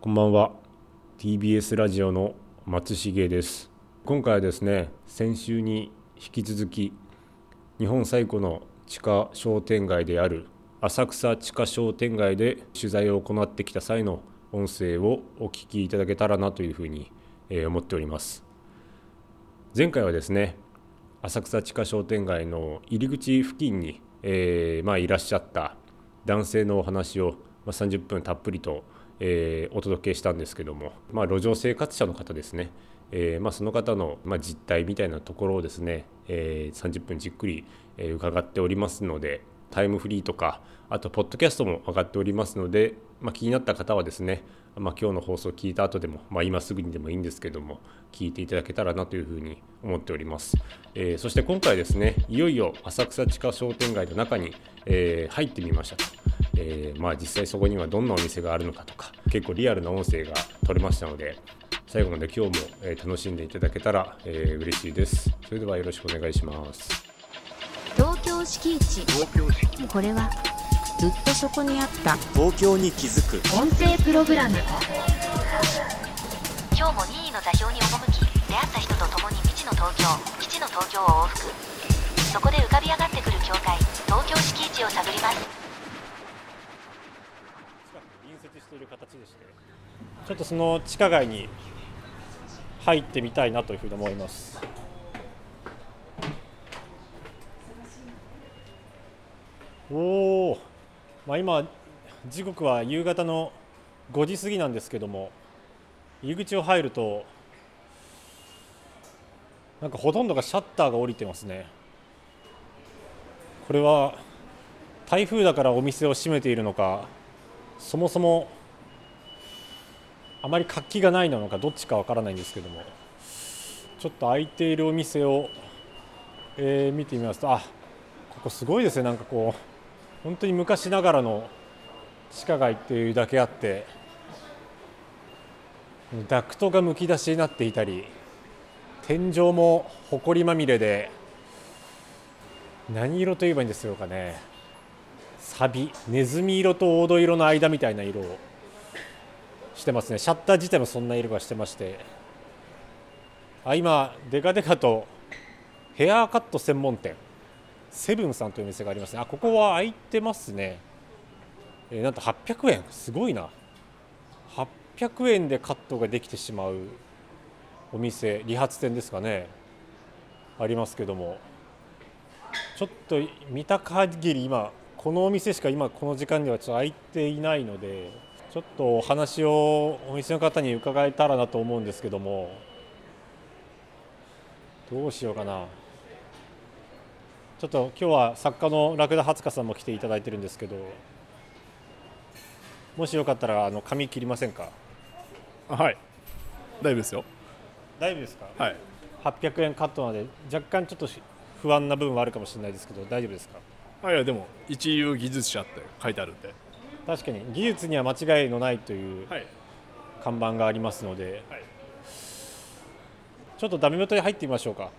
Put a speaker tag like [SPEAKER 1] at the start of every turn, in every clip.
[SPEAKER 1] こんばんは TBS ラジオの松重です今回はですね先週に引き続き日本最古の地下商店街である浅草地下商店街で取材を行ってきた際の音声をお聞きいただけたらなというふうにえー思っております前回はですね浅草地下商店街の入り口付近に、えーまあ、いらっしゃった男性のお話を、まあ、30分たっぷりと、えーお届けしたんですけども、まあ、路上生活者の方ですね、えーまあ、その方の、まあ、実態みたいなところをですね、えー30分じっくり、えー伺っておりますのでタイムフリーとかあとポッドキャストも上がっておりますので、まあ、気になった方はですね、まあ、今日の放送を聞いた後でも、まあ、今すぐにでもいいんですけども聞いていただけたらなというふうに思っております、えーそして今回ですねいよいよ浅草地下商店街の中に、えー入ってみましたと、えーまあ、実際そこにはどんなお店があるのかとか結構リアルな音声が取れましたので最後まで今日も、えー楽しんでいただけたら、えー嬉しいですそれではよろしくお願いします
[SPEAKER 2] 東京敷地これはずっとそこにあった
[SPEAKER 3] 東京に気づく
[SPEAKER 2] 音声プログラム今日も任意の座標に赴き出会った人と共に未知の東京基地の東京を往復そこで浮かび上がってくる境界東京敷地を探ります
[SPEAKER 4] 隣接している形でしてちょっとその地下街に入ってみたいなというふうに思いますおお、まあ、今時刻は夕方の5時過ぎなんですけども入り口を入るとなんかほとんどがシャッターが降りてますねこれは台風だからお店を閉めているのかそもそもあまり活気がないなのかどっちかわからないんですけどもちょっと空いているお店を、えー見てみますとあここすごいですねなんかこう本当に昔ながらの地下街っていうだけあってダクトがむき出しになっていたり天井もほこりまみれで何色といえばいいんですかねサビネズミ色と黄土色の間みたいな色をしてますねシャッター自体もそんな色がしてましてあ今デカデカとヘアカット専門店セブンさんというお店がありますねあここは開いてますね、えーなんと800円すごいな800円でカットができてしまうお店理髪店ですかねありますけどもちょっと見た限り今このお店しか今この時間ではちょっと空いていないのでちょっとお話をお店の方に伺えたらなと思うんですけどもどうしようかなちょっと今日は作家のラクダハツカさんも来ていただいてるんですけどもしよかったらあの髪切りませんか
[SPEAKER 5] はい大丈夫ですよ
[SPEAKER 4] 大丈夫ですか
[SPEAKER 5] はい
[SPEAKER 4] 800円カットなので若干ちょっと不安な部分はあるかもしれないですけど大丈夫ですか
[SPEAKER 5] あいやでも一流技術者って書いてあるんで
[SPEAKER 4] 確かに技術には間違いのないという
[SPEAKER 5] はい
[SPEAKER 4] 看板がありますので、
[SPEAKER 5] はい
[SPEAKER 4] ちょっとダメ元に入ってみましょうか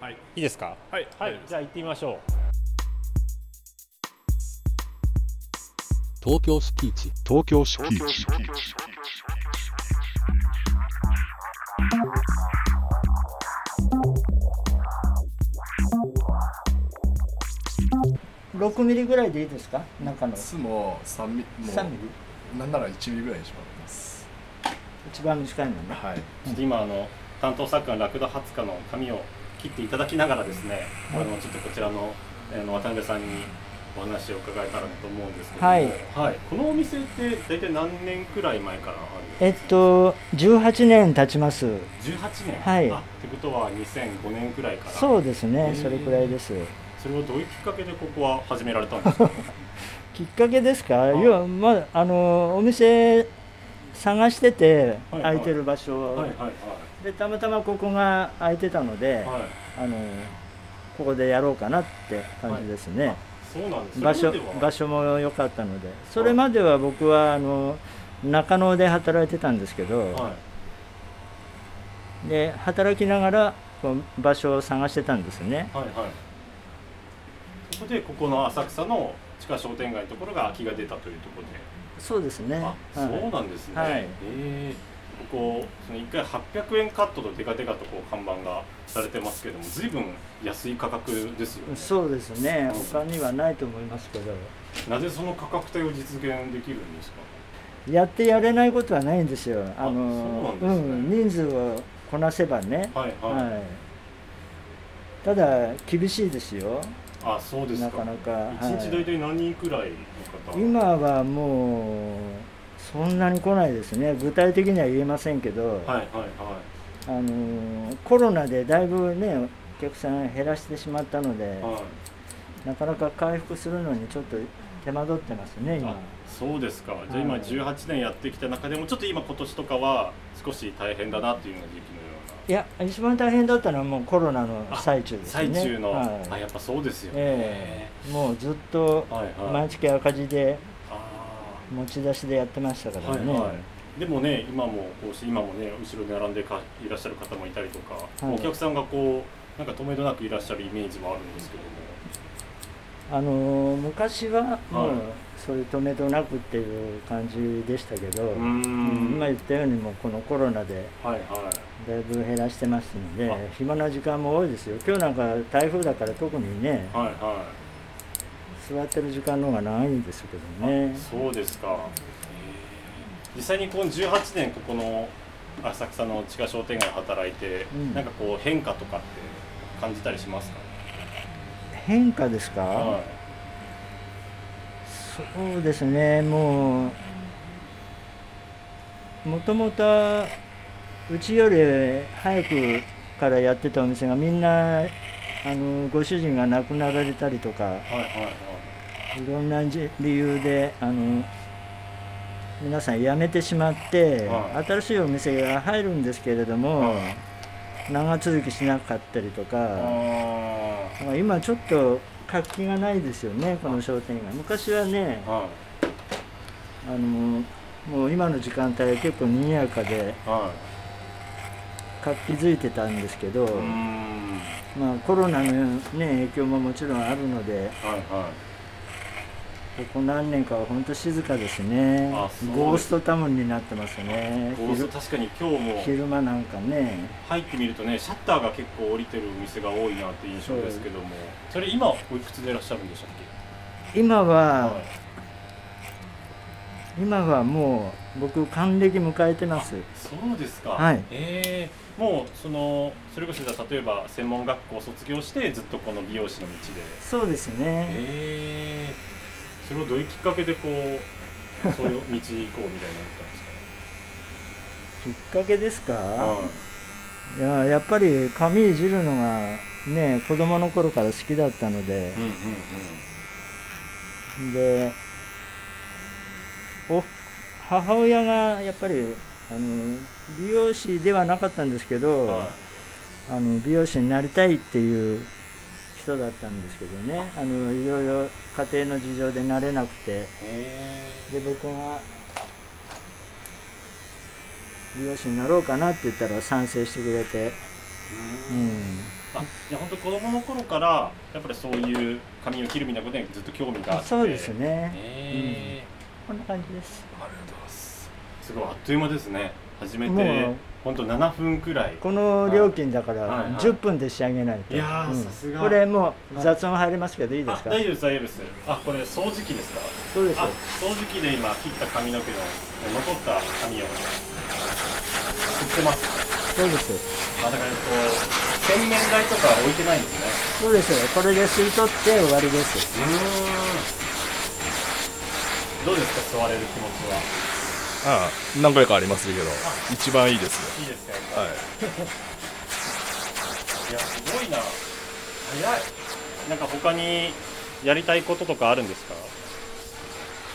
[SPEAKER 5] はい
[SPEAKER 4] いいですか
[SPEAKER 5] はい
[SPEAKER 4] はいじゃあ行ってみましょ
[SPEAKER 6] 東京スキーチ
[SPEAKER 7] 東京敷地
[SPEAKER 8] 6ミリぐらいでいいですか中の
[SPEAKER 5] すも3ミリも
[SPEAKER 8] 3ミリ
[SPEAKER 5] うなんなら1ミリぐらいにします
[SPEAKER 8] 一番短いのね
[SPEAKER 5] はいう
[SPEAKER 4] ちょっと今あの担当作家のラクダハツカの髪を切っていただきながらですね、あのちょっとこちらのあの渡辺さんにお話を伺えたらと思うんですけども
[SPEAKER 8] はい
[SPEAKER 4] はい、このお店って大体何年くらい前からある
[SPEAKER 8] えっと18年経ちます
[SPEAKER 4] 18年、
[SPEAKER 8] はい
[SPEAKER 4] あってことは2005年くらいから
[SPEAKER 8] そうですね
[SPEAKER 4] うん
[SPEAKER 8] それくらいです
[SPEAKER 4] それはどういうきっかけでここは始められたん ですか
[SPEAKER 8] きっかけですか
[SPEAKER 4] い
[SPEAKER 8] いやまああのお店探してて
[SPEAKER 4] はい
[SPEAKER 8] 空いてる場所を、
[SPEAKER 4] はいはいはい
[SPEAKER 8] でたまたまここが空いてたので、
[SPEAKER 4] はい
[SPEAKER 8] あのここでやろうかなって感じですね、
[SPEAKER 4] そうなんです
[SPEAKER 8] 場所
[SPEAKER 4] それまでは
[SPEAKER 8] 場所も良かったのでそれまでは僕はあの中野で働いてたんですけど、
[SPEAKER 4] はい
[SPEAKER 8] で働きながらこう場所を探してたんですね
[SPEAKER 4] はいはいそこでここの浅草の地下商店街のところが空きが出たというところで
[SPEAKER 8] そうですね
[SPEAKER 4] あ、そうなんですね。
[SPEAKER 8] はい
[SPEAKER 4] ええここその一回800円カットとデカデカとこう看板がされてますけども、随分安い価格ですよね。
[SPEAKER 8] そうですね他にはないと思いますけど
[SPEAKER 4] なぜその価格帯を実現できるんですか。
[SPEAKER 8] やってやれないことはないんですよあ
[SPEAKER 4] そうな
[SPEAKER 8] の
[SPEAKER 4] んですね
[SPEAKER 8] ん人数をこなせばね、
[SPEAKER 4] はいはい。
[SPEAKER 8] はい、ただ厳しいですよ
[SPEAKER 4] あ、そうです
[SPEAKER 8] な
[SPEAKER 4] か。
[SPEAKER 8] かなか、
[SPEAKER 4] 一
[SPEAKER 8] はい
[SPEAKER 4] 日大体何人くらいの方。
[SPEAKER 8] 今はもうそんなに来ないですね具体的には言えませんけど、
[SPEAKER 4] はいはいは
[SPEAKER 8] あのコロナでだいぶねお客さん減らしてしまったので
[SPEAKER 4] い。、はい。
[SPEAKER 8] なかなか回復するのにちょっと手間取ってますね
[SPEAKER 4] あ
[SPEAKER 8] 今
[SPEAKER 4] そうですか。じゃあ今
[SPEAKER 8] はい
[SPEAKER 4] 18年やってきた中でもちょっと今今年とかは少し大変だなっていうような時期のようない
[SPEAKER 8] や一番大変だったのはもうコロナの最中です
[SPEAKER 4] 最
[SPEAKER 8] ね
[SPEAKER 4] 中の、
[SPEAKER 8] はい
[SPEAKER 4] あやっぱそうですよね。
[SPEAKER 8] ええもうずっと
[SPEAKER 4] はいはい。
[SPEAKER 8] 毎月赤字で
[SPEAKER 4] あ
[SPEAKER 8] 持ち出しでやってましたか
[SPEAKER 4] ーは
[SPEAKER 8] ら
[SPEAKER 4] い
[SPEAKER 8] ね、
[SPEAKER 4] はい、でもね今もこうして今もね後ろに並んでかいらっしゃる方もいたりとか、
[SPEAKER 8] い
[SPEAKER 4] お客さんがこうなんか止めどなくいらっしゃるイメージはあるんですけども
[SPEAKER 8] あのー昔はもうそれとめどなくっていう感じでしたけど、
[SPEAKER 4] うー
[SPEAKER 8] うん
[SPEAKER 4] ん
[SPEAKER 8] 今言ったようにもうこのコロナで
[SPEAKER 4] はいは
[SPEAKER 8] だいぶ減らしてますの
[SPEAKER 4] あ
[SPEAKER 8] で暇な時間も多いですよ今日なんか台風だから特にね
[SPEAKER 4] いはいは
[SPEAKER 8] 座ってる時間の方がないんですけ
[SPEAKER 4] い、
[SPEAKER 8] どね
[SPEAKER 4] あそうですかへー実際にこの18年ここの浅草の地下商店街で働いて、
[SPEAKER 8] うん
[SPEAKER 4] なんかこう変化とかって感じたりしますか、
[SPEAKER 8] 変化ですか、
[SPEAKER 4] はい
[SPEAKER 8] そうですねもうもともとうちより早くからやってたお店がみんなあのご主人が亡くなられたりとか
[SPEAKER 4] はいはいはい
[SPEAKER 8] ろんなじ理由であの皆さん辞めてしまって、
[SPEAKER 4] は
[SPEAKER 8] 新しいお店が入るんですけれども、
[SPEAKER 4] いはい
[SPEAKER 8] 長続きしなかったりとか、
[SPEAKER 4] あ
[SPEAKER 8] まあ今ちょっと活気がないですよねこの商店街昔はね
[SPEAKER 4] ーは
[SPEAKER 8] あのもう今の時間帯結構賑やかで
[SPEAKER 4] いは
[SPEAKER 8] 活気づいてたんですけ
[SPEAKER 4] い
[SPEAKER 8] ど、
[SPEAKER 4] うーん
[SPEAKER 8] まあ、コロナの、ね、影響ももちろんあるので
[SPEAKER 4] はいはい
[SPEAKER 8] ここ何年かは本当静かですね
[SPEAKER 4] あそうです
[SPEAKER 8] ゴーストタウンになってますね
[SPEAKER 4] ゴースト確かに今日も
[SPEAKER 8] 昼昼間なんかね
[SPEAKER 4] 入ってみるとねシャッターが結構降りてるお店が多いなって印象ですけどもそれ今おいくつでいらっしゃるんでしたっけ
[SPEAKER 8] 今は、
[SPEAKER 4] はい
[SPEAKER 8] 今はもう僕還暦迎えてます
[SPEAKER 4] そうですか、
[SPEAKER 8] はい
[SPEAKER 4] ええもうそのそれこそじゃあ例えば専門学校を卒業してずっとこの美容師の道で
[SPEAKER 8] そうですね
[SPEAKER 4] ええそれをどういうきっかけでこうそういう道に行こうみたいになったんです
[SPEAKER 8] きっかけですか、
[SPEAKER 4] かはい
[SPEAKER 8] ややっぱり髪いじるのがね子供の頃から好きだったので
[SPEAKER 4] い、うんうんうん
[SPEAKER 8] でお母親がやっぱりあの美容師ではなかったんですけど、
[SPEAKER 4] はい
[SPEAKER 8] あの美容師になりたいっていう人だったんですけどねあのいろいろ家庭の事情でなれなくて
[SPEAKER 4] え
[SPEAKER 8] で僕が美容師になろうかなって言ったら賛成してくれて、
[SPEAKER 4] えうん
[SPEAKER 8] うん、
[SPEAKER 4] あいや本当子供の頃からやっぱりそういう髪を切るみたいなことにずっと興味があって
[SPEAKER 8] そうですね、
[SPEAKER 4] え
[SPEAKER 8] こんな感じです
[SPEAKER 5] ありがとうございます
[SPEAKER 4] ーすごいあっという間ですね始め
[SPEAKER 8] も
[SPEAKER 4] て
[SPEAKER 8] う
[SPEAKER 4] 本当7分くらい
[SPEAKER 8] この料金だか
[SPEAKER 4] はいはい
[SPEAKER 8] ら
[SPEAKER 4] はい
[SPEAKER 8] 10分で仕上げないと、
[SPEAKER 4] いやー
[SPEAKER 8] うん
[SPEAKER 4] さすが
[SPEAKER 8] これもう雑音入りますけどいいです
[SPEAKER 4] あ
[SPEAKER 8] か
[SPEAKER 4] 大丈夫です大丈夫ですあこれ掃除機ですか
[SPEAKER 8] そうです
[SPEAKER 4] あ掃除機で今切った髪の毛の残った髪を吸ってます
[SPEAKER 8] そうです
[SPEAKER 4] あだからこう洗面台とか置いてないんですね
[SPEAKER 8] そうですこれで吸い取って終わりです
[SPEAKER 4] うーんどうですか座れる気持ちは
[SPEAKER 5] ああ何回かありますけど一番いいですね
[SPEAKER 4] いいですか
[SPEAKER 5] はい
[SPEAKER 4] いやすごいな早いなんか他にやりたいこととかあるんですか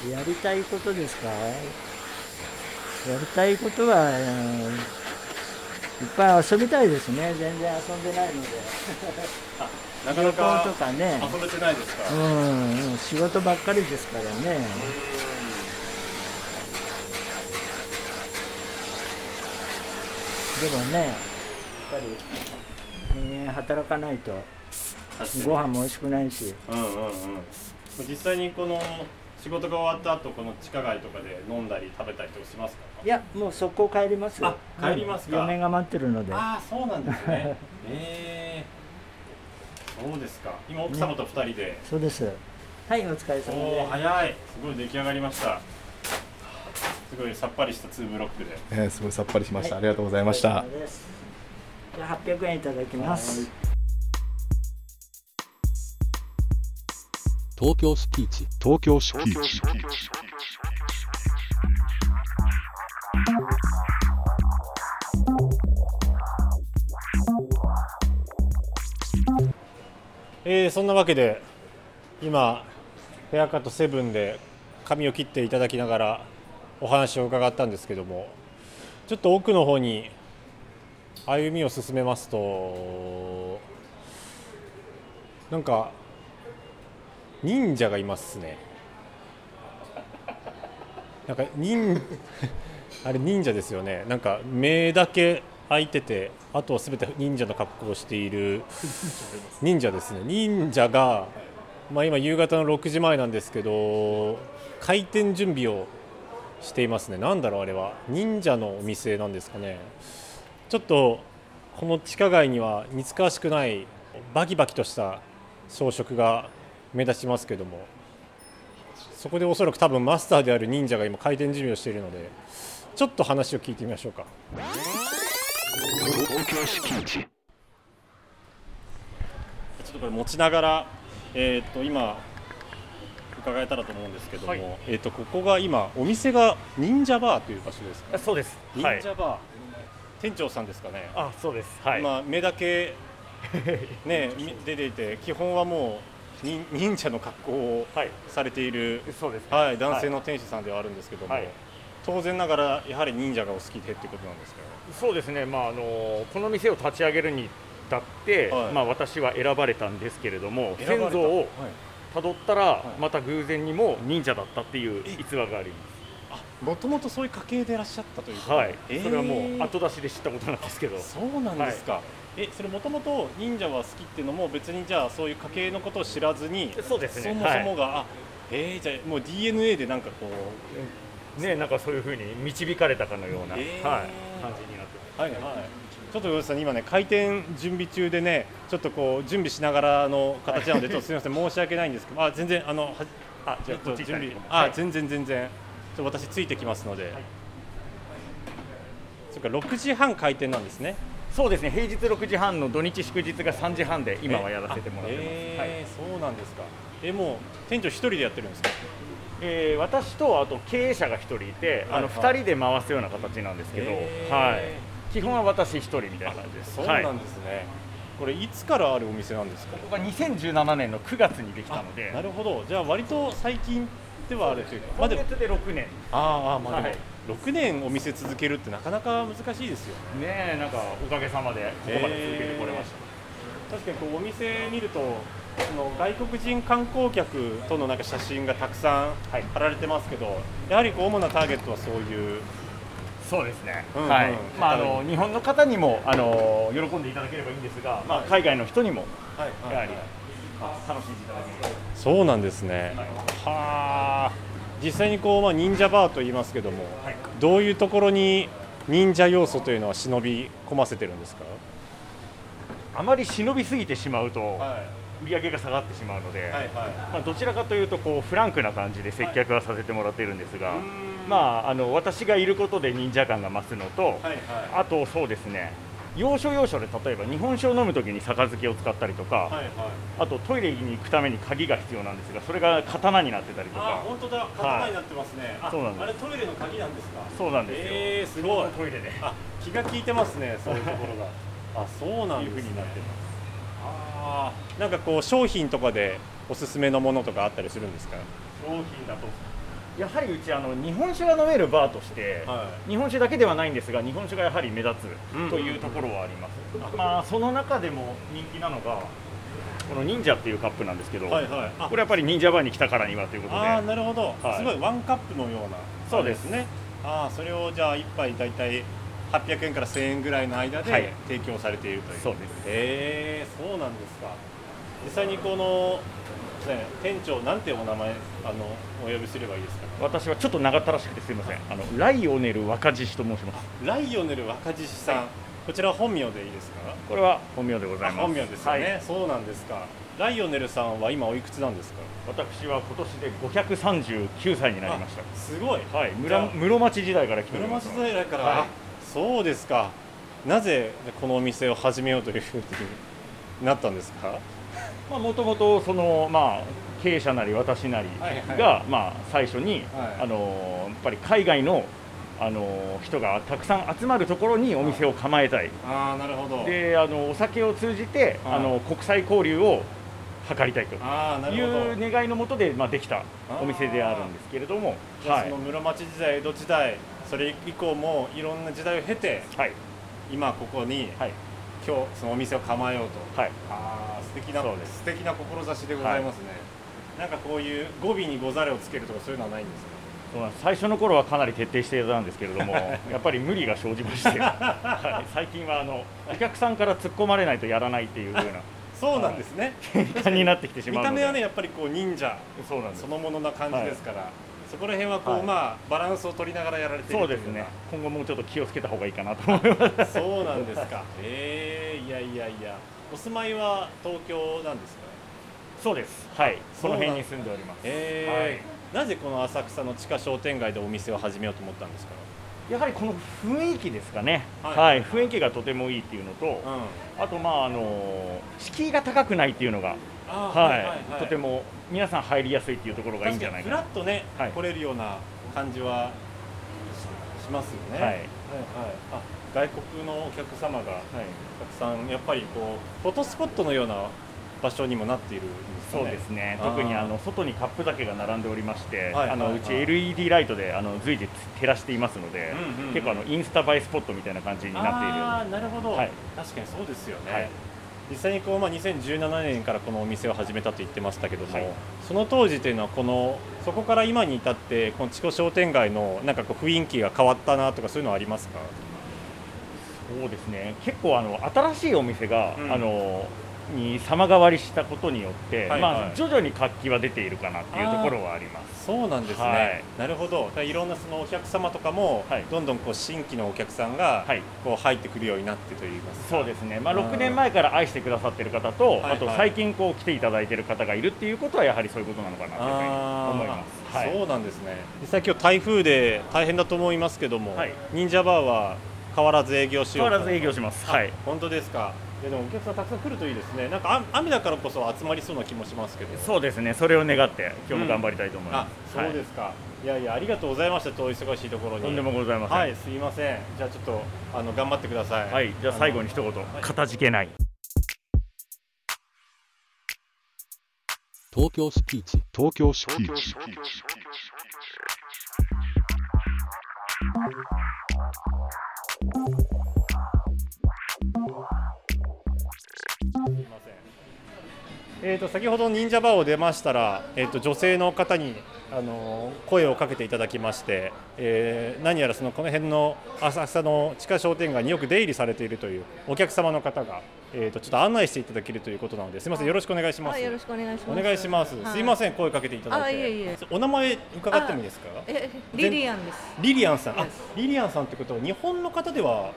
[SPEAKER 8] やりたいことですかやりたいことはあのいっぱい遊びたいですね全然遊んでないので
[SPEAKER 4] なか
[SPEAKER 8] 旅
[SPEAKER 4] な
[SPEAKER 8] 行
[SPEAKER 4] か
[SPEAKER 8] とかね
[SPEAKER 4] 遊べてないですか、
[SPEAKER 8] うんうん仕事ばっかりですからねでもねやっぱり人間働かないと
[SPEAKER 4] 確かに
[SPEAKER 8] ご飯も美味しくないし
[SPEAKER 4] うんうんうん実際にこの仕事が終わった後この地下街とかで飲んだり食べたりとかしますか
[SPEAKER 8] いやもう速攻帰りますよ
[SPEAKER 4] あ帰りますか
[SPEAKER 8] うん嫁が待ってるので
[SPEAKER 4] ああそうなんです ねええそうですか今奥様と二人で、
[SPEAKER 8] そうですはいお疲れ
[SPEAKER 4] お
[SPEAKER 8] 様
[SPEAKER 4] お
[SPEAKER 8] で
[SPEAKER 4] ー早いすごい出来上がりましたすごいさっぱりした2ブロックで
[SPEAKER 5] えーすごいさっぱりしました。ありがとうございまし
[SPEAKER 8] すお
[SPEAKER 5] た
[SPEAKER 8] 疲。れ様ですじゃあ800円いただきます
[SPEAKER 9] 東京スピーチ
[SPEAKER 6] 東京スピーチ
[SPEAKER 10] えーそんなわけで今ヘアカットセブンで髪を切っていただきながらお話を伺ったんですけどもちょっと奥の方に歩みを進めますとなんか忍者がいますねなんか忍あれ忍者ですよねなんか目だけ開いててあとは全て忍者の格好をしている忍者ですね忍者が、まあ、今夕方の6時前なんですけど開店準備をしていますねなんだろうあれは忍者のお店なんですかねちょっとこの地下街には似つかわしくないバキバキとした装飾が目立ちますけどもそこでおそらく多分マスターである忍者が今開店準備をしているのでちょっと話を聞いてみましょうか
[SPEAKER 4] ちょっとこれ持ちながら、えー、と今伺えたらと思うんですけども、えー、とここが今お店が忍者バーという場所ですか
[SPEAKER 11] そうです。
[SPEAKER 4] 忍
[SPEAKER 11] はい。
[SPEAKER 4] 者バー、店長さんですかね、
[SPEAKER 11] あ、そうです。はい。
[SPEAKER 4] まあ、目だ け、ね、み出ていて基本はもう忍忍者の格好を
[SPEAKER 11] はい。
[SPEAKER 4] されている、
[SPEAKER 11] そうです。
[SPEAKER 4] はい、男性の店主さんではあるんですけども、
[SPEAKER 11] はい
[SPEAKER 4] 当然ながらやはり忍者がお好きでってことなんですけど
[SPEAKER 11] そうですね。まああのこの店を立ち上げるに至って、
[SPEAKER 4] はい
[SPEAKER 11] まあ私は選ばれたんですけれども、
[SPEAKER 4] 選ばれ
[SPEAKER 11] 先
[SPEAKER 4] た
[SPEAKER 11] 祖を
[SPEAKER 4] はい
[SPEAKER 11] 辿ったら、また偶然にも忍者だったっていう逸話がありま
[SPEAKER 4] もともとそういう家系でいらっしゃったという
[SPEAKER 11] す。はい。
[SPEAKER 4] えー
[SPEAKER 11] それはもう後出しで知ったことなんですけど。
[SPEAKER 4] そうなんですか、えそれもともと忍者は好きっていうのも別にじゃあそういう家系のことを知らずに
[SPEAKER 11] そうですね。
[SPEAKER 4] そもそも
[SPEAKER 11] は
[SPEAKER 4] が、あえー、じゃあもう DNA でなんかこう
[SPEAKER 11] い、ねなんかそういう風に導かれたかのような、
[SPEAKER 4] えー
[SPEAKER 11] はい感じになってます。
[SPEAKER 4] はいはいちょっと吉田さん今ね開店準備中でねちょっとこう準備しながらの形なのでちょっとすみません申し訳ないんですけどあ全然あのは
[SPEAKER 11] あ、
[SPEAKER 4] ち
[SPEAKER 11] じ
[SPEAKER 4] ょ
[SPEAKER 11] ゃ
[SPEAKER 4] っ
[SPEAKER 11] あ
[SPEAKER 4] と
[SPEAKER 11] こっ
[SPEAKER 4] 準
[SPEAKER 11] ち
[SPEAKER 4] 備
[SPEAKER 11] 行ったら
[SPEAKER 4] あ
[SPEAKER 11] いいかも
[SPEAKER 4] 全然全然ちょっと私ついてきますので、そっか6時半開店なんですね
[SPEAKER 11] そうですね。平日6時半の土日祝日が3時半で今はやらせてもらってます。はい。
[SPEAKER 4] えーそうなんですかえもう店長一人でやってるんですか
[SPEAKER 11] えー私とあと経営者が1人いて、
[SPEAKER 4] はい
[SPEAKER 11] あの2人で回すような形なんですけど、
[SPEAKER 4] へー
[SPEAKER 11] はい、基本は私1人みたいな感じです。
[SPEAKER 4] そうなん
[SPEAKER 11] はい
[SPEAKER 4] ですね、これいつからあるお店なんですか
[SPEAKER 11] ここが2017年の9月にできたので、
[SPEAKER 4] なるほどじゃあ割と最近ではあるというかまあ
[SPEAKER 11] 今
[SPEAKER 4] でも
[SPEAKER 11] 月で6年、ね
[SPEAKER 4] あーあーまあで
[SPEAKER 11] はい
[SPEAKER 4] も6年お店続けるってなかなか難しいですよね
[SPEAKER 11] えなんかおかげさまで、ここまで続けてこれました。
[SPEAKER 4] 確かにこうお店見るとその外国人観光客とのなんか写真がたくさん
[SPEAKER 11] はい
[SPEAKER 4] 貼られてますけど、やはりこう主なターゲットはそういう
[SPEAKER 11] そうですね、
[SPEAKER 4] うんうん
[SPEAKER 11] はいまあ、あの日本の方にもあの喜んでいただければいいんですが、まあ、海外の人にもやはり楽しんでいただければ
[SPEAKER 4] そうなんですねはあ実際にこう、まあ、忍者バーと言いますけども、
[SPEAKER 11] はい
[SPEAKER 4] どういうところに忍者要素というのは忍び込ませてるんですか
[SPEAKER 11] あまり忍びすぎてしまうと、
[SPEAKER 4] は
[SPEAKER 11] 売り上げが下がってしまうので。
[SPEAKER 4] いは
[SPEAKER 11] まあ、どちらかというとこうフランクな感じで接客はさせてもらっているんですが、まあ、あの私がいることで忍者感が増すのと、
[SPEAKER 4] はい
[SPEAKER 11] あとそうですね要所要所で例えば日本酒を飲むときに杯を使ったりとか、
[SPEAKER 4] いはい
[SPEAKER 11] あとトイレに行くために鍵が必要なんですがそれが刀になってたりと
[SPEAKER 4] あ
[SPEAKER 11] か
[SPEAKER 4] 本当だ刀になってますね、あ
[SPEAKER 11] そうなんです
[SPEAKER 4] あれトイレの鍵なんですか
[SPEAKER 11] そうなんですよ、
[SPEAKER 4] えー、すごい
[SPEAKER 11] トイレで
[SPEAKER 4] あ気が利いてますねそういうところが あそうなんですね
[SPEAKER 11] いうふうになってます
[SPEAKER 4] あーなんかこう商品とかでおすすめのものとかあったりするんですか
[SPEAKER 11] 商品だとやはりうちあの日本酒が飲めるバーとして、日本酒だけではないんですが日本酒がやはり目立
[SPEAKER 4] うん
[SPEAKER 11] つというところはあります、まあその中でも人気なのがこの忍者っていうカップなんですけど、
[SPEAKER 4] はいはいあ
[SPEAKER 11] これやっぱり忍者バーに来たからにはということで
[SPEAKER 4] あーなるほど、
[SPEAKER 11] はい
[SPEAKER 4] すごいワンカップのような
[SPEAKER 11] そうです
[SPEAKER 4] ねあーそれをじゃあ1杯大体800円から1000円ぐらいの間
[SPEAKER 11] はい
[SPEAKER 4] で提供されているという、
[SPEAKER 11] そうです
[SPEAKER 4] へえそうなんですか実際にこのね店長なんてお名前あのお呼びすればいいですか
[SPEAKER 11] 私はちょっと長ったらしくてすみませんあのライオネル若獅子と申します
[SPEAKER 4] ライオネル若獅子さん、こちら本名でいいですか
[SPEAKER 11] これは本名でございます
[SPEAKER 4] 本名ですよね、
[SPEAKER 11] はい
[SPEAKER 4] そうなんですかライオネルさんは今おいくつなんですか
[SPEAKER 11] 私は今年で539歳になりました
[SPEAKER 4] あすごい、
[SPEAKER 11] はい、
[SPEAKER 4] じゃあ
[SPEAKER 11] 村室町時代から来てお
[SPEAKER 4] 室
[SPEAKER 11] りま
[SPEAKER 4] 町
[SPEAKER 11] す
[SPEAKER 4] 時代から、
[SPEAKER 11] はい
[SPEAKER 4] あそうですかなぜこのお店を始めようというふうになったんですか
[SPEAKER 11] まあもともとそのまあ経営者なり私なり
[SPEAKER 4] はいはい
[SPEAKER 11] が、まあ最初に、
[SPEAKER 4] はい
[SPEAKER 11] あのーやっぱり海外のあのー人がたくさん集まるところにお店を構えたい、
[SPEAKER 4] ああなるほど
[SPEAKER 11] であのお酒を通じて、
[SPEAKER 4] はい
[SPEAKER 11] あの国際交流を図りたいと
[SPEAKER 4] ああなるほど
[SPEAKER 11] いう願いのもとで、まあ、できたお店であるんですけれども、
[SPEAKER 4] じゃあ
[SPEAKER 11] は
[SPEAKER 4] そ
[SPEAKER 11] い
[SPEAKER 4] の、室町時代江戸時代それ以降もいろんな時代を経て
[SPEAKER 11] はい、
[SPEAKER 4] 今ここに、
[SPEAKER 11] はい
[SPEAKER 4] 今日そのお店を構えようと
[SPEAKER 11] はい、
[SPEAKER 4] ああ素敵な
[SPEAKER 11] そうです
[SPEAKER 4] 素敵な志でございますね、なんかこういう語尾に「ござれ」をつけるとかそういうのはないんですか
[SPEAKER 11] そうなんです最初の頃はかなり徹底していたんですけれども、 やっぱり無理が生じまして、 はい、最近はあのお客さんから突っ込まれないとやらないっていうふうな
[SPEAKER 4] そうなんですね
[SPEAKER 11] 時間になってきて
[SPEAKER 4] 見
[SPEAKER 11] しまうので、
[SPEAKER 4] た目はねやっぱりこう忍者
[SPEAKER 11] そうなんです
[SPEAKER 4] そ。のものな感じですから、そこら辺はこう、
[SPEAKER 11] はい
[SPEAKER 4] まあバランスを取りながらやられてい
[SPEAKER 11] そ
[SPEAKER 4] る
[SPEAKER 11] う
[SPEAKER 4] とい
[SPEAKER 11] ですね
[SPEAKER 4] か。
[SPEAKER 11] 今後もうちょっと気をつけた方がいいかなと思います。
[SPEAKER 4] そうなんですか ええいやいやいやお住まいは東京なんですかね
[SPEAKER 11] そうです。はい。
[SPEAKER 4] そう
[SPEAKER 11] この
[SPEAKER 4] なん
[SPEAKER 11] 辺に住んでおります。
[SPEAKER 4] ええなぜこの浅草の地下商店街でお店を始めようと思ったんですか
[SPEAKER 11] やはりこの雰囲気ですかね。
[SPEAKER 4] は
[SPEAKER 11] はいい。雰囲気がとてもいいっていうのと、
[SPEAKER 4] うん
[SPEAKER 11] あとまああの敷居が高くないっていうのが、
[SPEAKER 4] あー
[SPEAKER 11] はい、とても皆さん入りやすいっていうところがいいん
[SPEAKER 4] 確
[SPEAKER 11] じ
[SPEAKER 4] か
[SPEAKER 11] ゃな
[SPEAKER 4] にフ
[SPEAKER 11] いか
[SPEAKER 4] ラ
[SPEAKER 11] な
[SPEAKER 4] ッ。とね、
[SPEAKER 11] はい
[SPEAKER 4] 来れるような感じはししますよね、
[SPEAKER 11] はい。はい。
[SPEAKER 4] はいはいあ外国のお客様がたくさんやっぱりこうフォトスポットのような場所にもなっているんですか
[SPEAKER 11] そ
[SPEAKER 4] ね
[SPEAKER 11] うですね、
[SPEAKER 4] あー
[SPEAKER 11] 特にあの外にカップ酒が並んでおりまして、
[SPEAKER 4] はい
[SPEAKER 11] あの
[SPEAKER 4] はいうは
[SPEAKER 11] ち
[SPEAKER 4] い
[SPEAKER 11] LED ライトであの随時照らしていますので、
[SPEAKER 4] うんうんうん
[SPEAKER 11] 結構あのインスタ映えスポットみたいな感じになっている
[SPEAKER 4] ああなるほど、
[SPEAKER 11] はい
[SPEAKER 4] 確かにそうですよね、
[SPEAKER 11] はい
[SPEAKER 4] 実際にこう、まあ、2017年からこのお店を始めたと言ってましたけども、
[SPEAKER 11] はい
[SPEAKER 4] その当時というのはこのそこから今に至ってこの地区商店街のなんかこう雰囲気が変わったなとかそういうのはありますか
[SPEAKER 11] そうですね結構あの新しいお店が、
[SPEAKER 4] うん
[SPEAKER 11] あのに様変わりしたことによって、
[SPEAKER 4] はい
[SPEAKER 11] ま
[SPEAKER 4] は
[SPEAKER 11] あ、
[SPEAKER 4] い
[SPEAKER 11] 徐々に活気は出ているかなっていうところはあります。
[SPEAKER 4] そうなんですね、
[SPEAKER 11] はい
[SPEAKER 4] なるほどだからいろんなそのお客様とかも、
[SPEAKER 11] はい
[SPEAKER 4] どんどんこう新規のお客さんが
[SPEAKER 11] はい
[SPEAKER 4] こう入ってくるようになってといいますか
[SPEAKER 11] そうですね、まあ、
[SPEAKER 4] うん
[SPEAKER 11] 6年前から愛してくださってる方と、
[SPEAKER 4] はい
[SPEAKER 11] あと
[SPEAKER 4] はい
[SPEAKER 11] 最近こう来ていただいてる方がいるっていうことはやはりそういうことなのかなというふうに
[SPEAKER 4] あー
[SPEAKER 11] 思います。はい
[SPEAKER 4] そうなんですね実際今日台風で大変だと思いますけども、
[SPEAKER 11] はい
[SPEAKER 4] 忍者バーは変わらず営業し
[SPEAKER 11] 変
[SPEAKER 4] よう
[SPEAKER 11] わ
[SPEAKER 4] と
[SPEAKER 11] らず営業します。はい、
[SPEAKER 4] 本当ですかいやでもお客さんたくさん来るといいですねなんかあ雨だからこそ集まりそうな気もしますけど
[SPEAKER 11] そうですね。それを願って今日も頑張りたいと思い
[SPEAKER 4] あ
[SPEAKER 11] ます。
[SPEAKER 4] そうですか、い、やいやありがとうございましたとお忙しいところ
[SPEAKER 11] はい
[SPEAKER 4] に
[SPEAKER 11] とんでもございません。
[SPEAKER 4] はいすいませんじゃあちょっとあの頑張ってください
[SPEAKER 11] はい、じゃあ最後に一言、かたじけない。
[SPEAKER 9] 東京スピーチ
[SPEAKER 6] 東京スピーチ
[SPEAKER 4] すいませんえー、と先ほど忍者バーを出ましたら、えー、と女性の方に、あのー声をかけていただきまして、えー何やらそのこの辺の浅草の地下商店街によく出入りされているというお客様の方が、えー、とちょっと案内していただけるということなのですみませんよろしくお願いします。
[SPEAKER 12] はい、よろしくお願いし
[SPEAKER 4] お
[SPEAKER 12] ます。
[SPEAKER 4] 願いします、
[SPEAKER 12] は
[SPEAKER 4] すいません声かけていただいて
[SPEAKER 12] あいえいえ
[SPEAKER 4] お名前伺ってもいいですか
[SPEAKER 12] え、リリアンです。
[SPEAKER 4] リリアンさんあ
[SPEAKER 12] Yes
[SPEAKER 4] リリアンさんってことは日本の方では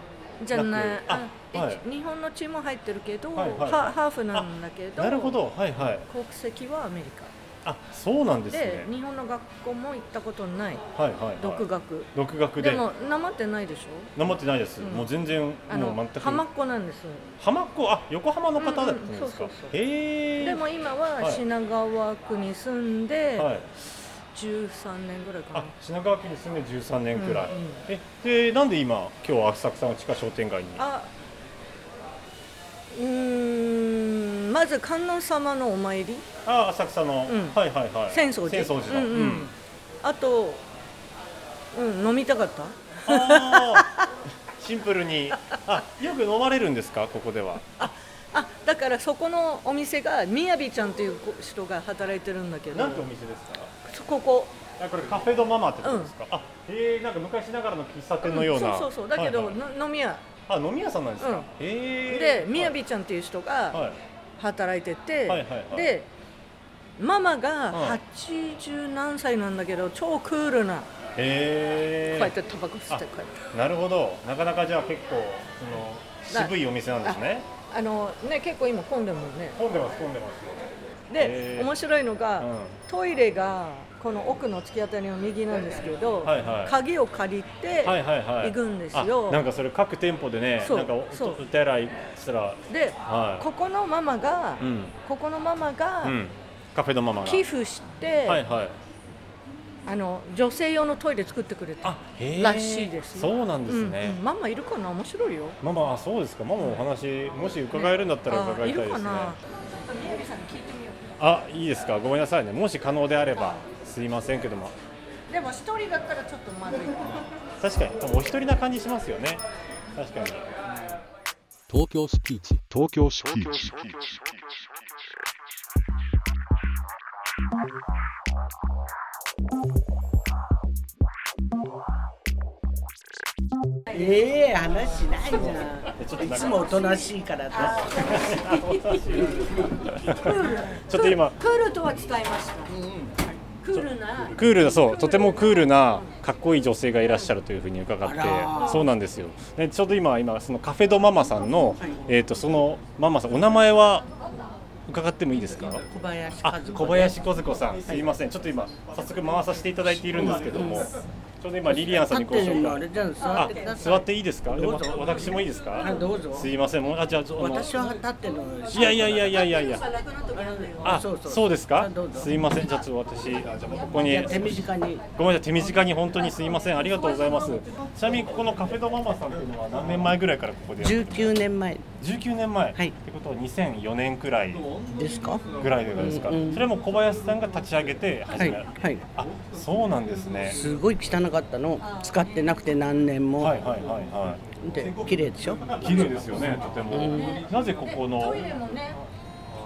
[SPEAKER 12] じゃない。
[SPEAKER 4] あ
[SPEAKER 12] あ、
[SPEAKER 4] はい
[SPEAKER 12] え日本のチーム入ってるけど、
[SPEAKER 4] はいはいはい
[SPEAKER 12] ハハーフなんだけど、
[SPEAKER 4] なるほどはいはい
[SPEAKER 12] 国籍はアメリカ
[SPEAKER 4] あそうなんで
[SPEAKER 12] です
[SPEAKER 4] ね
[SPEAKER 12] 日本の学校も行ったことない、
[SPEAKER 4] はいはい、はい、
[SPEAKER 12] 独学。
[SPEAKER 4] 独学
[SPEAKER 12] で
[SPEAKER 4] で
[SPEAKER 12] もなまってないでしょ。
[SPEAKER 4] なまってないです、
[SPEAKER 12] うん
[SPEAKER 4] もう全然
[SPEAKER 12] あの
[SPEAKER 4] もう全く
[SPEAKER 12] 浜っ子なんです。
[SPEAKER 4] 浜っ子あ横浜の方だったんです
[SPEAKER 12] うん
[SPEAKER 4] か、
[SPEAKER 12] うんそうそうそう
[SPEAKER 4] へえ
[SPEAKER 12] でも今
[SPEAKER 4] は
[SPEAKER 12] はい品川区に住んで
[SPEAKER 4] はい、
[SPEAKER 12] 13年ぐらいか
[SPEAKER 4] あ
[SPEAKER 12] な。
[SPEAKER 4] 品川区に住んで13年くらい、
[SPEAKER 12] うんうん
[SPEAKER 4] えでなんで今今日浅草の地下商店街に
[SPEAKER 12] あうーんまず観音様のお参り、
[SPEAKER 4] あ浅草の、
[SPEAKER 12] うん
[SPEAKER 4] はいはいはい
[SPEAKER 12] 浅草寺
[SPEAKER 4] 浅草寺の、
[SPEAKER 12] うんうんあと、うん、飲みたかった
[SPEAKER 4] あ ーシンプルにあよく飲まれるんですかここでは
[SPEAKER 12] あだからそこのお店がみやびちゃんという人が働いてるんだけど
[SPEAKER 4] なんてお店ですか
[SPEAKER 12] ここ
[SPEAKER 4] あこれカフェドママってことですか、あへえんか昔ながらの喫茶店のような、
[SPEAKER 12] そうそうそうだけど、
[SPEAKER 4] はいはい
[SPEAKER 12] の飲み屋
[SPEAKER 4] あ飲み屋さんなんですか、
[SPEAKER 12] うん
[SPEAKER 4] へえ
[SPEAKER 12] でみやびちゃんっていう人
[SPEAKER 4] はい、は
[SPEAKER 12] が
[SPEAKER 4] い
[SPEAKER 12] 働いてて、
[SPEAKER 4] はいはいはい
[SPEAKER 12] でママが80何歳なんだけど超クールなこ
[SPEAKER 4] へ
[SPEAKER 12] うやってタバコ吸
[SPEAKER 4] あ
[SPEAKER 12] ってこうやって
[SPEAKER 4] えなるほどなかなかじゃあ結構その渋いお店なんですね
[SPEAKER 12] あのね結構今混んでるもんね
[SPEAKER 4] 混んでます混んでます
[SPEAKER 12] で
[SPEAKER 4] へー
[SPEAKER 12] 面白いのが、
[SPEAKER 4] うん
[SPEAKER 12] トイレがこの奥の突き当たりの右なんですけど、
[SPEAKER 4] はいはい
[SPEAKER 12] 鍵を借りて、
[SPEAKER 4] はいはいは
[SPEAKER 12] 行
[SPEAKER 4] い
[SPEAKER 12] くんですよ
[SPEAKER 4] あなんかそれ各店舗でね
[SPEAKER 12] そう
[SPEAKER 4] なんかお
[SPEAKER 12] そう
[SPEAKER 4] お手洗いしたら
[SPEAKER 12] で、
[SPEAKER 4] はい
[SPEAKER 12] ここのママが、
[SPEAKER 4] うん
[SPEAKER 12] ここのママが、
[SPEAKER 4] うんカフェのママが
[SPEAKER 12] 寄付して、
[SPEAKER 4] はいはい
[SPEAKER 12] あの女性用のトイレ作ってくれた
[SPEAKER 4] あへえ
[SPEAKER 12] らしいですよ
[SPEAKER 4] そうなんですね
[SPEAKER 12] うんうんママいるかな面白いよ
[SPEAKER 4] ママあそうですかママお話もし伺えるんだったら伺いたいですね
[SPEAKER 12] あいるかなちょっとみゆりさんに聞いてみよ
[SPEAKER 4] あいいですかごめんなさいねもし可能であればすいませんけども
[SPEAKER 12] うでも一人だったらちょっとまずいかな
[SPEAKER 4] 確かに多分お一人な感じしますよね確かに
[SPEAKER 9] 東京スピーチ
[SPEAKER 5] 東京スピーチ
[SPEAKER 8] ええ話しないじゃ
[SPEAKER 4] ちょっ
[SPEAKER 8] ん。いつもおとなしいから私。
[SPEAKER 4] ちょっと今
[SPEAKER 12] クールとは伝えました、クールな
[SPEAKER 4] クールだそうとてもクールなかっこいい女性がいらっしゃるというふうに伺ってそうなんですよでちょうど今今そのカフェドママさんの、えー、とそのママさんお名前は伺ってもいいですか
[SPEAKER 8] 小林
[SPEAKER 4] あ
[SPEAKER 8] 和子。
[SPEAKER 4] 小林和子さんすいませんちょっと今早速回させていただいているんですけどもちょうど今リリアンさん
[SPEAKER 8] 立
[SPEAKER 4] に
[SPEAKER 8] っ
[SPEAKER 4] ご
[SPEAKER 8] てる
[SPEAKER 4] 紹
[SPEAKER 8] のあれ
[SPEAKER 4] 介
[SPEAKER 8] じゃん。座っ
[SPEAKER 4] あ
[SPEAKER 8] てください。
[SPEAKER 4] 座っていいですかで
[SPEAKER 8] どうぞ
[SPEAKER 4] わ私もいいですか
[SPEAKER 8] あどうぞ
[SPEAKER 4] すいませんもうあじゃああの
[SPEAKER 8] 私は立ってるの。
[SPEAKER 4] いやいやいやいやいやいやあ
[SPEAKER 8] そうそう
[SPEAKER 4] そうですか
[SPEAKER 8] あどうぞ
[SPEAKER 4] すいませんじゃあちょっと私あじゃあここに
[SPEAKER 8] 手短に。
[SPEAKER 4] ごめんなさい、手短に本当にすいません、ありがとうございます。ちなみにここのカフェドママさんっていうのは何年前ぐらいからここでやってる
[SPEAKER 8] 19年前
[SPEAKER 4] 19年前、
[SPEAKER 8] はい
[SPEAKER 4] ってことは2004年くらい
[SPEAKER 8] ですか。
[SPEAKER 4] ぐらいですか、
[SPEAKER 8] うんうん
[SPEAKER 4] それも小林さんが立ち上げて
[SPEAKER 8] は
[SPEAKER 4] 始
[SPEAKER 8] い
[SPEAKER 4] める、
[SPEAKER 8] はい。
[SPEAKER 4] あそうなんですね
[SPEAKER 8] すごい汚かったの。使ってなくて何年も。
[SPEAKER 4] はいはいはいは
[SPEAKER 8] で綺麗でし
[SPEAKER 4] い
[SPEAKER 8] ょ。
[SPEAKER 4] 綺麗ですよねとても、なぜここの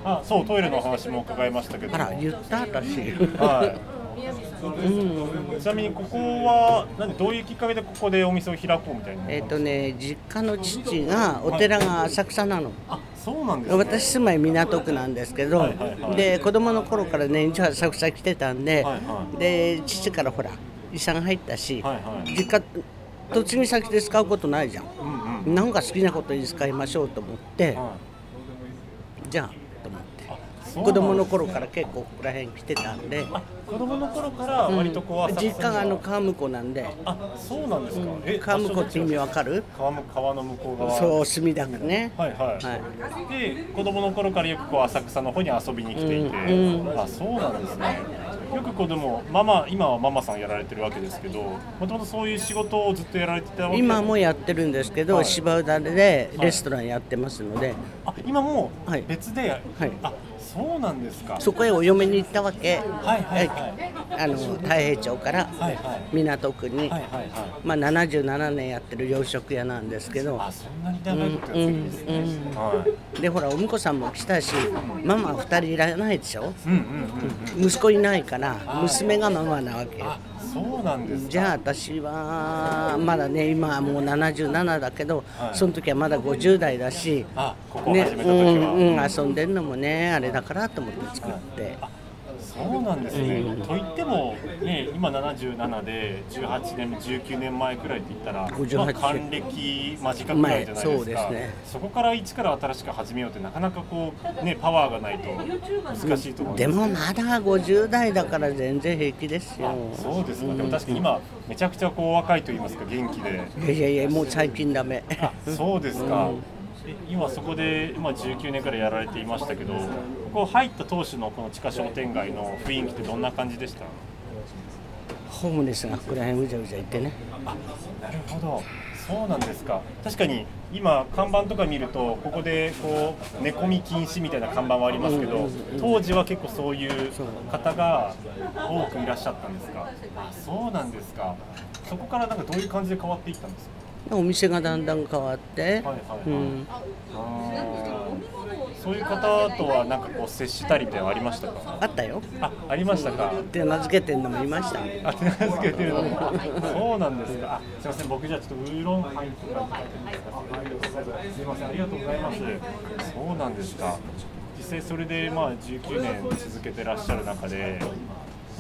[SPEAKER 4] あそうトイレの話も伺いましたけど
[SPEAKER 8] あら言った私。
[SPEAKER 4] はい、ちなみにここは何どういうきっかけでここでお店を開こうみたいにな
[SPEAKER 8] えっとね実家の父がお寺が浅草なの。
[SPEAKER 4] あそうなんですね
[SPEAKER 8] 私住まい港区なんですけど、
[SPEAKER 4] はいはいはい
[SPEAKER 8] で子供の頃から年中浅草来てたんで、
[SPEAKER 4] はいは
[SPEAKER 8] で父からほら遺産入ったし、
[SPEAKER 4] はいはい
[SPEAKER 8] 実家嫁ぎ先で使うことないじゃん、
[SPEAKER 4] うんうん
[SPEAKER 8] なんか好きなことに使いましょうと思って、じゃあと思って子供の頃から結構ここら辺来てたんで、
[SPEAKER 4] 子供の頃から割とこう、
[SPEAKER 8] うん
[SPEAKER 4] 浅
[SPEAKER 8] 実
[SPEAKER 4] 草
[SPEAKER 8] 家
[SPEAKER 4] に
[SPEAKER 8] が
[SPEAKER 4] は
[SPEAKER 8] あの川向こうなんで
[SPEAKER 4] あそうなんですか、え
[SPEAKER 8] 川向こうって意味わかる
[SPEAKER 4] 川む川の向こう側
[SPEAKER 8] そう墨田区ね、
[SPEAKER 4] はいはい、
[SPEAKER 8] はい
[SPEAKER 4] で子供の頃からよくこう浅草の方に遊びに来ていて、
[SPEAKER 8] うん
[SPEAKER 4] あそうなんですねよくこうでもママ今はママさんやられてるわけですけどもともとそういう仕事をずっとやられてたわけ
[SPEAKER 8] 今もやってるんですけど、
[SPEAKER 4] はい
[SPEAKER 8] 芝浦でレストランやってますので、
[SPEAKER 4] あ今も
[SPEAKER 8] はい
[SPEAKER 4] 別で、
[SPEAKER 8] はい
[SPEAKER 4] あそうなんですか
[SPEAKER 8] そこへお嫁に行ったわけ、
[SPEAKER 4] はいはいはい
[SPEAKER 8] あの太平町から
[SPEAKER 4] はいはい
[SPEAKER 8] 港区に、
[SPEAKER 4] はいはいはい
[SPEAKER 8] まあ、77年やってる洋食屋なんですけど
[SPEAKER 4] あそんなに長いことやってるんですね、
[SPEAKER 8] うんうん
[SPEAKER 4] はい
[SPEAKER 8] でほらお婿さんも来たしママ2人いらないでしょ
[SPEAKER 4] うんうんうん
[SPEAKER 8] 息子いないから娘がママなわけ
[SPEAKER 4] あそうなんですか
[SPEAKER 8] じゃあ私はまだね今はもう77だけど、
[SPEAKER 4] はい
[SPEAKER 8] その時はまだ50代だし、
[SPEAKER 4] あここを
[SPEAKER 8] ね
[SPEAKER 4] 始めた時は、
[SPEAKER 8] うんうん、遊んでるのもねあれだからと思って作って。
[SPEAKER 4] そうなんですね、と言っても、ね、今77で18年19年前くらいって言ったら、
[SPEAKER 8] 58
[SPEAKER 4] まあ、還暦間近くらいじゃないですか
[SPEAKER 8] 前そうですね
[SPEAKER 4] そこから一から新しく始めようってなかなかこう、ね、パワーがないと難しいと思い
[SPEAKER 8] で
[SPEAKER 4] ます
[SPEAKER 8] もまだ50代だから全然平気ですよ。
[SPEAKER 4] そうですかでも確かに今めちゃくちゃこう若いと言いますか元気で
[SPEAKER 8] いやいやいやもう最近ダメ。
[SPEAKER 4] そうですか、え今そこで今19年からやられていましたけどここ入った当初のこの地下商店街の雰囲気ってどんな感じでした
[SPEAKER 8] ホームレスがここら辺うじゃうじゃいてね。
[SPEAKER 4] なるほど、そうなんですか。確かに今看板とか見るとここでこう寝込み禁止みたいな看板はありますけど、当時は結構そういう方が多くいらっしゃったんですか。あ、そうなんですか。そこからなんかどういう感じで変わっていったんです
[SPEAKER 8] お店がだんだん変わって
[SPEAKER 4] か。、はいはいはい。
[SPEAKER 8] うん、
[SPEAKER 4] そういう方とはなんかこう接したりみたいなのはありましたか。
[SPEAKER 8] あったよ。
[SPEAKER 4] あ、ありましたか。
[SPEAKER 8] 手名付けてんのもいました。
[SPEAKER 4] あ、手なずけてるのも。そうなんですか。あすみません、僕じゃあちょっとウーロンハイとかになってます。すみません、ありがとうございます。そうなんですか。実実際それでまあ19年続けてらっしゃる中で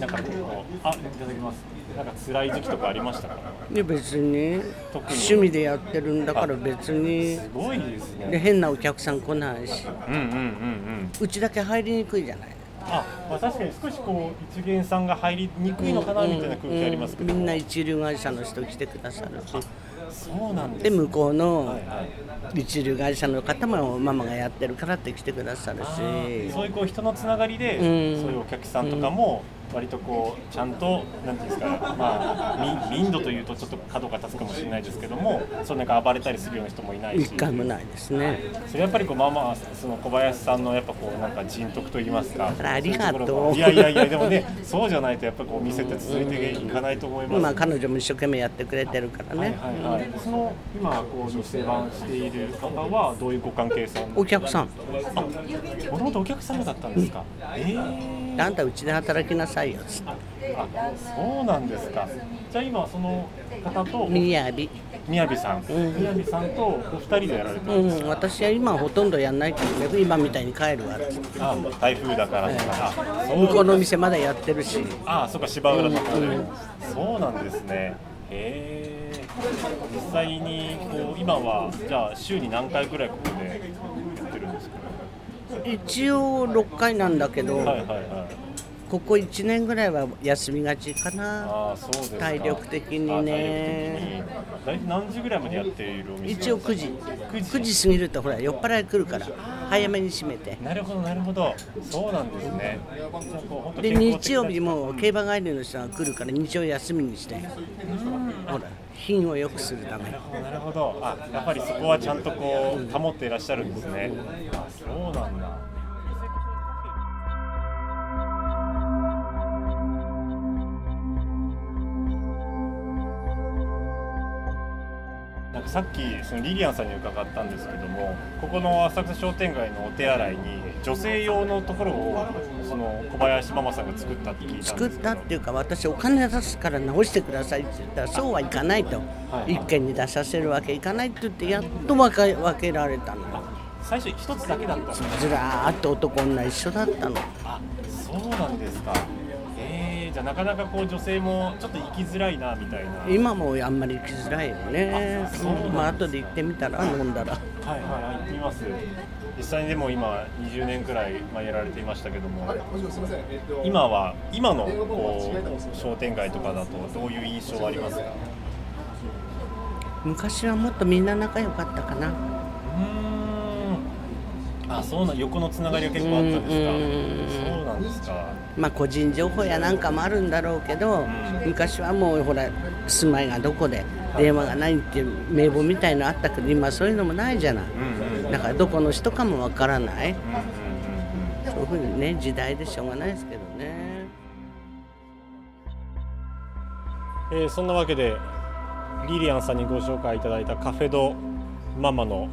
[SPEAKER 4] なんかこうあいただきますなんか辛い時期とかありましたか
[SPEAKER 8] で別に
[SPEAKER 4] 特に
[SPEAKER 8] 趣味でやってるんだから別に
[SPEAKER 4] すごいですね
[SPEAKER 8] で変なお客さん来ないし
[SPEAKER 4] うんうんうんうん
[SPEAKER 8] うちだけ入りにくいじゃない
[SPEAKER 4] あ、まあ、確かに少しこう一元さんが入りにくいのかなみたいな空気ありますけど、
[SPEAKER 8] うんみんな一流会社の人来てくださるし
[SPEAKER 4] そうなんです
[SPEAKER 8] で向こうの
[SPEAKER 4] はい
[SPEAKER 8] 一流会社の方もママがやってるからって来てくださる
[SPEAKER 4] あー
[SPEAKER 8] し
[SPEAKER 4] そういうこう人のつながりで、
[SPEAKER 8] うん
[SPEAKER 4] そういうお客さんとかも割とこうちゃんとなんていうんですか、まあ、み民度というとちょっと角が立つかもしれないですけどもそのなんか暴れたりするような人もいないし
[SPEAKER 8] 一回もないですね
[SPEAKER 4] それやっぱりこうまあまあその小林さんのやっぱこうなんか人徳といいますか
[SPEAKER 8] あらありがと
[SPEAKER 4] そい
[SPEAKER 8] う
[SPEAKER 4] ところがいやいやいやでもねそうじゃないとやっぱりこうお店って続いていかないと思います、
[SPEAKER 8] まあ彼女も一生懸命やってくれてるから
[SPEAKER 4] はい
[SPEAKER 8] ね
[SPEAKER 4] はいはい、その今こう店番している方はどういうご関係さん
[SPEAKER 8] お客さん
[SPEAKER 4] あもともとお客様だったんですか、えー
[SPEAKER 8] あんたうちで働きなさいよつって
[SPEAKER 4] あそうなんですか。じゃあ今その方と
[SPEAKER 8] みやび
[SPEAKER 4] みやびさん、みやびさんとお二人でやられてる。
[SPEAKER 8] うん私は今はほとんどやんないけどね今みたいに帰るわって
[SPEAKER 4] あ台風だからとか。あそう
[SPEAKER 8] 向こうのお店まだやってるし
[SPEAKER 4] あそうか芝浦の方で、そうなんですね。へえ。実際にこう今はじゃあ週に何回くらいここでやってるんですか。
[SPEAKER 8] 一応6回なんだけど、
[SPEAKER 4] はいはいはい。
[SPEAKER 8] ここ1年ぐらいは休みがちかな
[SPEAKER 4] あそうですか。
[SPEAKER 8] 体力的にね
[SPEAKER 4] あ。体力的に大体何時ぐらいまでやっているお店なんですか
[SPEAKER 8] 一応9時
[SPEAKER 4] 9
[SPEAKER 8] 9時過ぎるとほら酔っ払い来るから早めに閉めて
[SPEAKER 4] なるほどなるほどそうなんですねじゃあこう本当
[SPEAKER 8] で
[SPEAKER 4] 健康的な
[SPEAKER 8] 日曜日も競馬帰りの人が来るから日曜休みにしてほら品を良くするため
[SPEAKER 4] なるほどあやっぱりそこはちゃんとこう保っていらっしゃるんですねあそうなんだなんかさっきそのリリアンさんに伺ったんですけどもここの浅草商店街のお手洗いに女性用のところをその小林ママさんが作ったって聞いたんですけ
[SPEAKER 8] 作
[SPEAKER 4] ど
[SPEAKER 8] ったっていうか私お金出すから直してくださいって言ったらそうはいかないと一軒に出させるわけいかないって言ってやっと分け分けられたの
[SPEAKER 4] 最初一つだけだったんですね
[SPEAKER 8] ずらーっと男女一緒だったの
[SPEAKER 4] あそうなんですかえー、じゃあなかなかこう女性もちょっと行きづらいなみたいなはい
[SPEAKER 8] 今もあんまり行きづらいよね
[SPEAKER 4] あそうなんです
[SPEAKER 8] まあ後で行ってみたら飲んだら
[SPEAKER 4] はい行ってみます実際にでも今20年くらいまあやられていましたけども今は今のこう商店街とかだとどういう印象ありますか
[SPEAKER 8] 昔はもっとみんな仲良かったかな
[SPEAKER 4] うんあそうなん横のつながりが結構あったんですかそうなんですか
[SPEAKER 8] まあ個人情報やなんかもあるんだろうけど昔はもうほら住まいがどこで電話がないっていう名簿みたいのあったけど今そういうのもないじゃないだからどこの人かもわからないそういうふうにね時代でしょうがないですけどね
[SPEAKER 11] えーそんなわけでリリアンさんにご紹介いただいたカフェドママの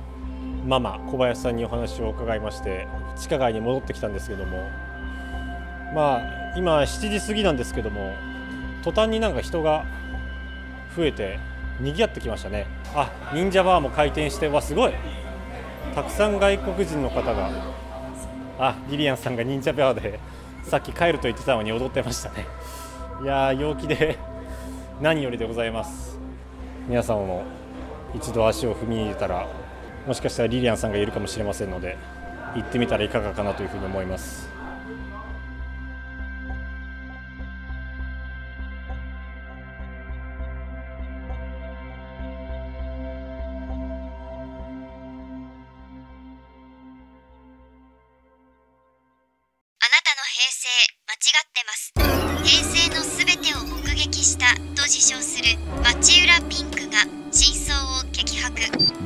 [SPEAKER 11] ママ小林さんにお話を伺いまして地下街に戻ってきたんですけどもまあ今7時過ぎなんですけども途端になんか人が増えて賑わってきましたねあ忍者バーも開店してわすごいたくさん外国人の方があリリアンさんが忍者バーでさっき帰ると言ってたのに踊ってましたねいやー陽気で何よりでございます皆さんも一度足を踏み入れたらもしかしたらリリアンさんがいるかもしれませんので行ってみたらいかがかなというふうに思います
[SPEAKER 2] あなたの平成間違ってます平成のすべてを目撃したと自称する町浦ピンクが真相を激白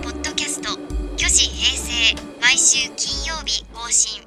[SPEAKER 2] ポッドキャスト「巨子平成」毎週金曜日更新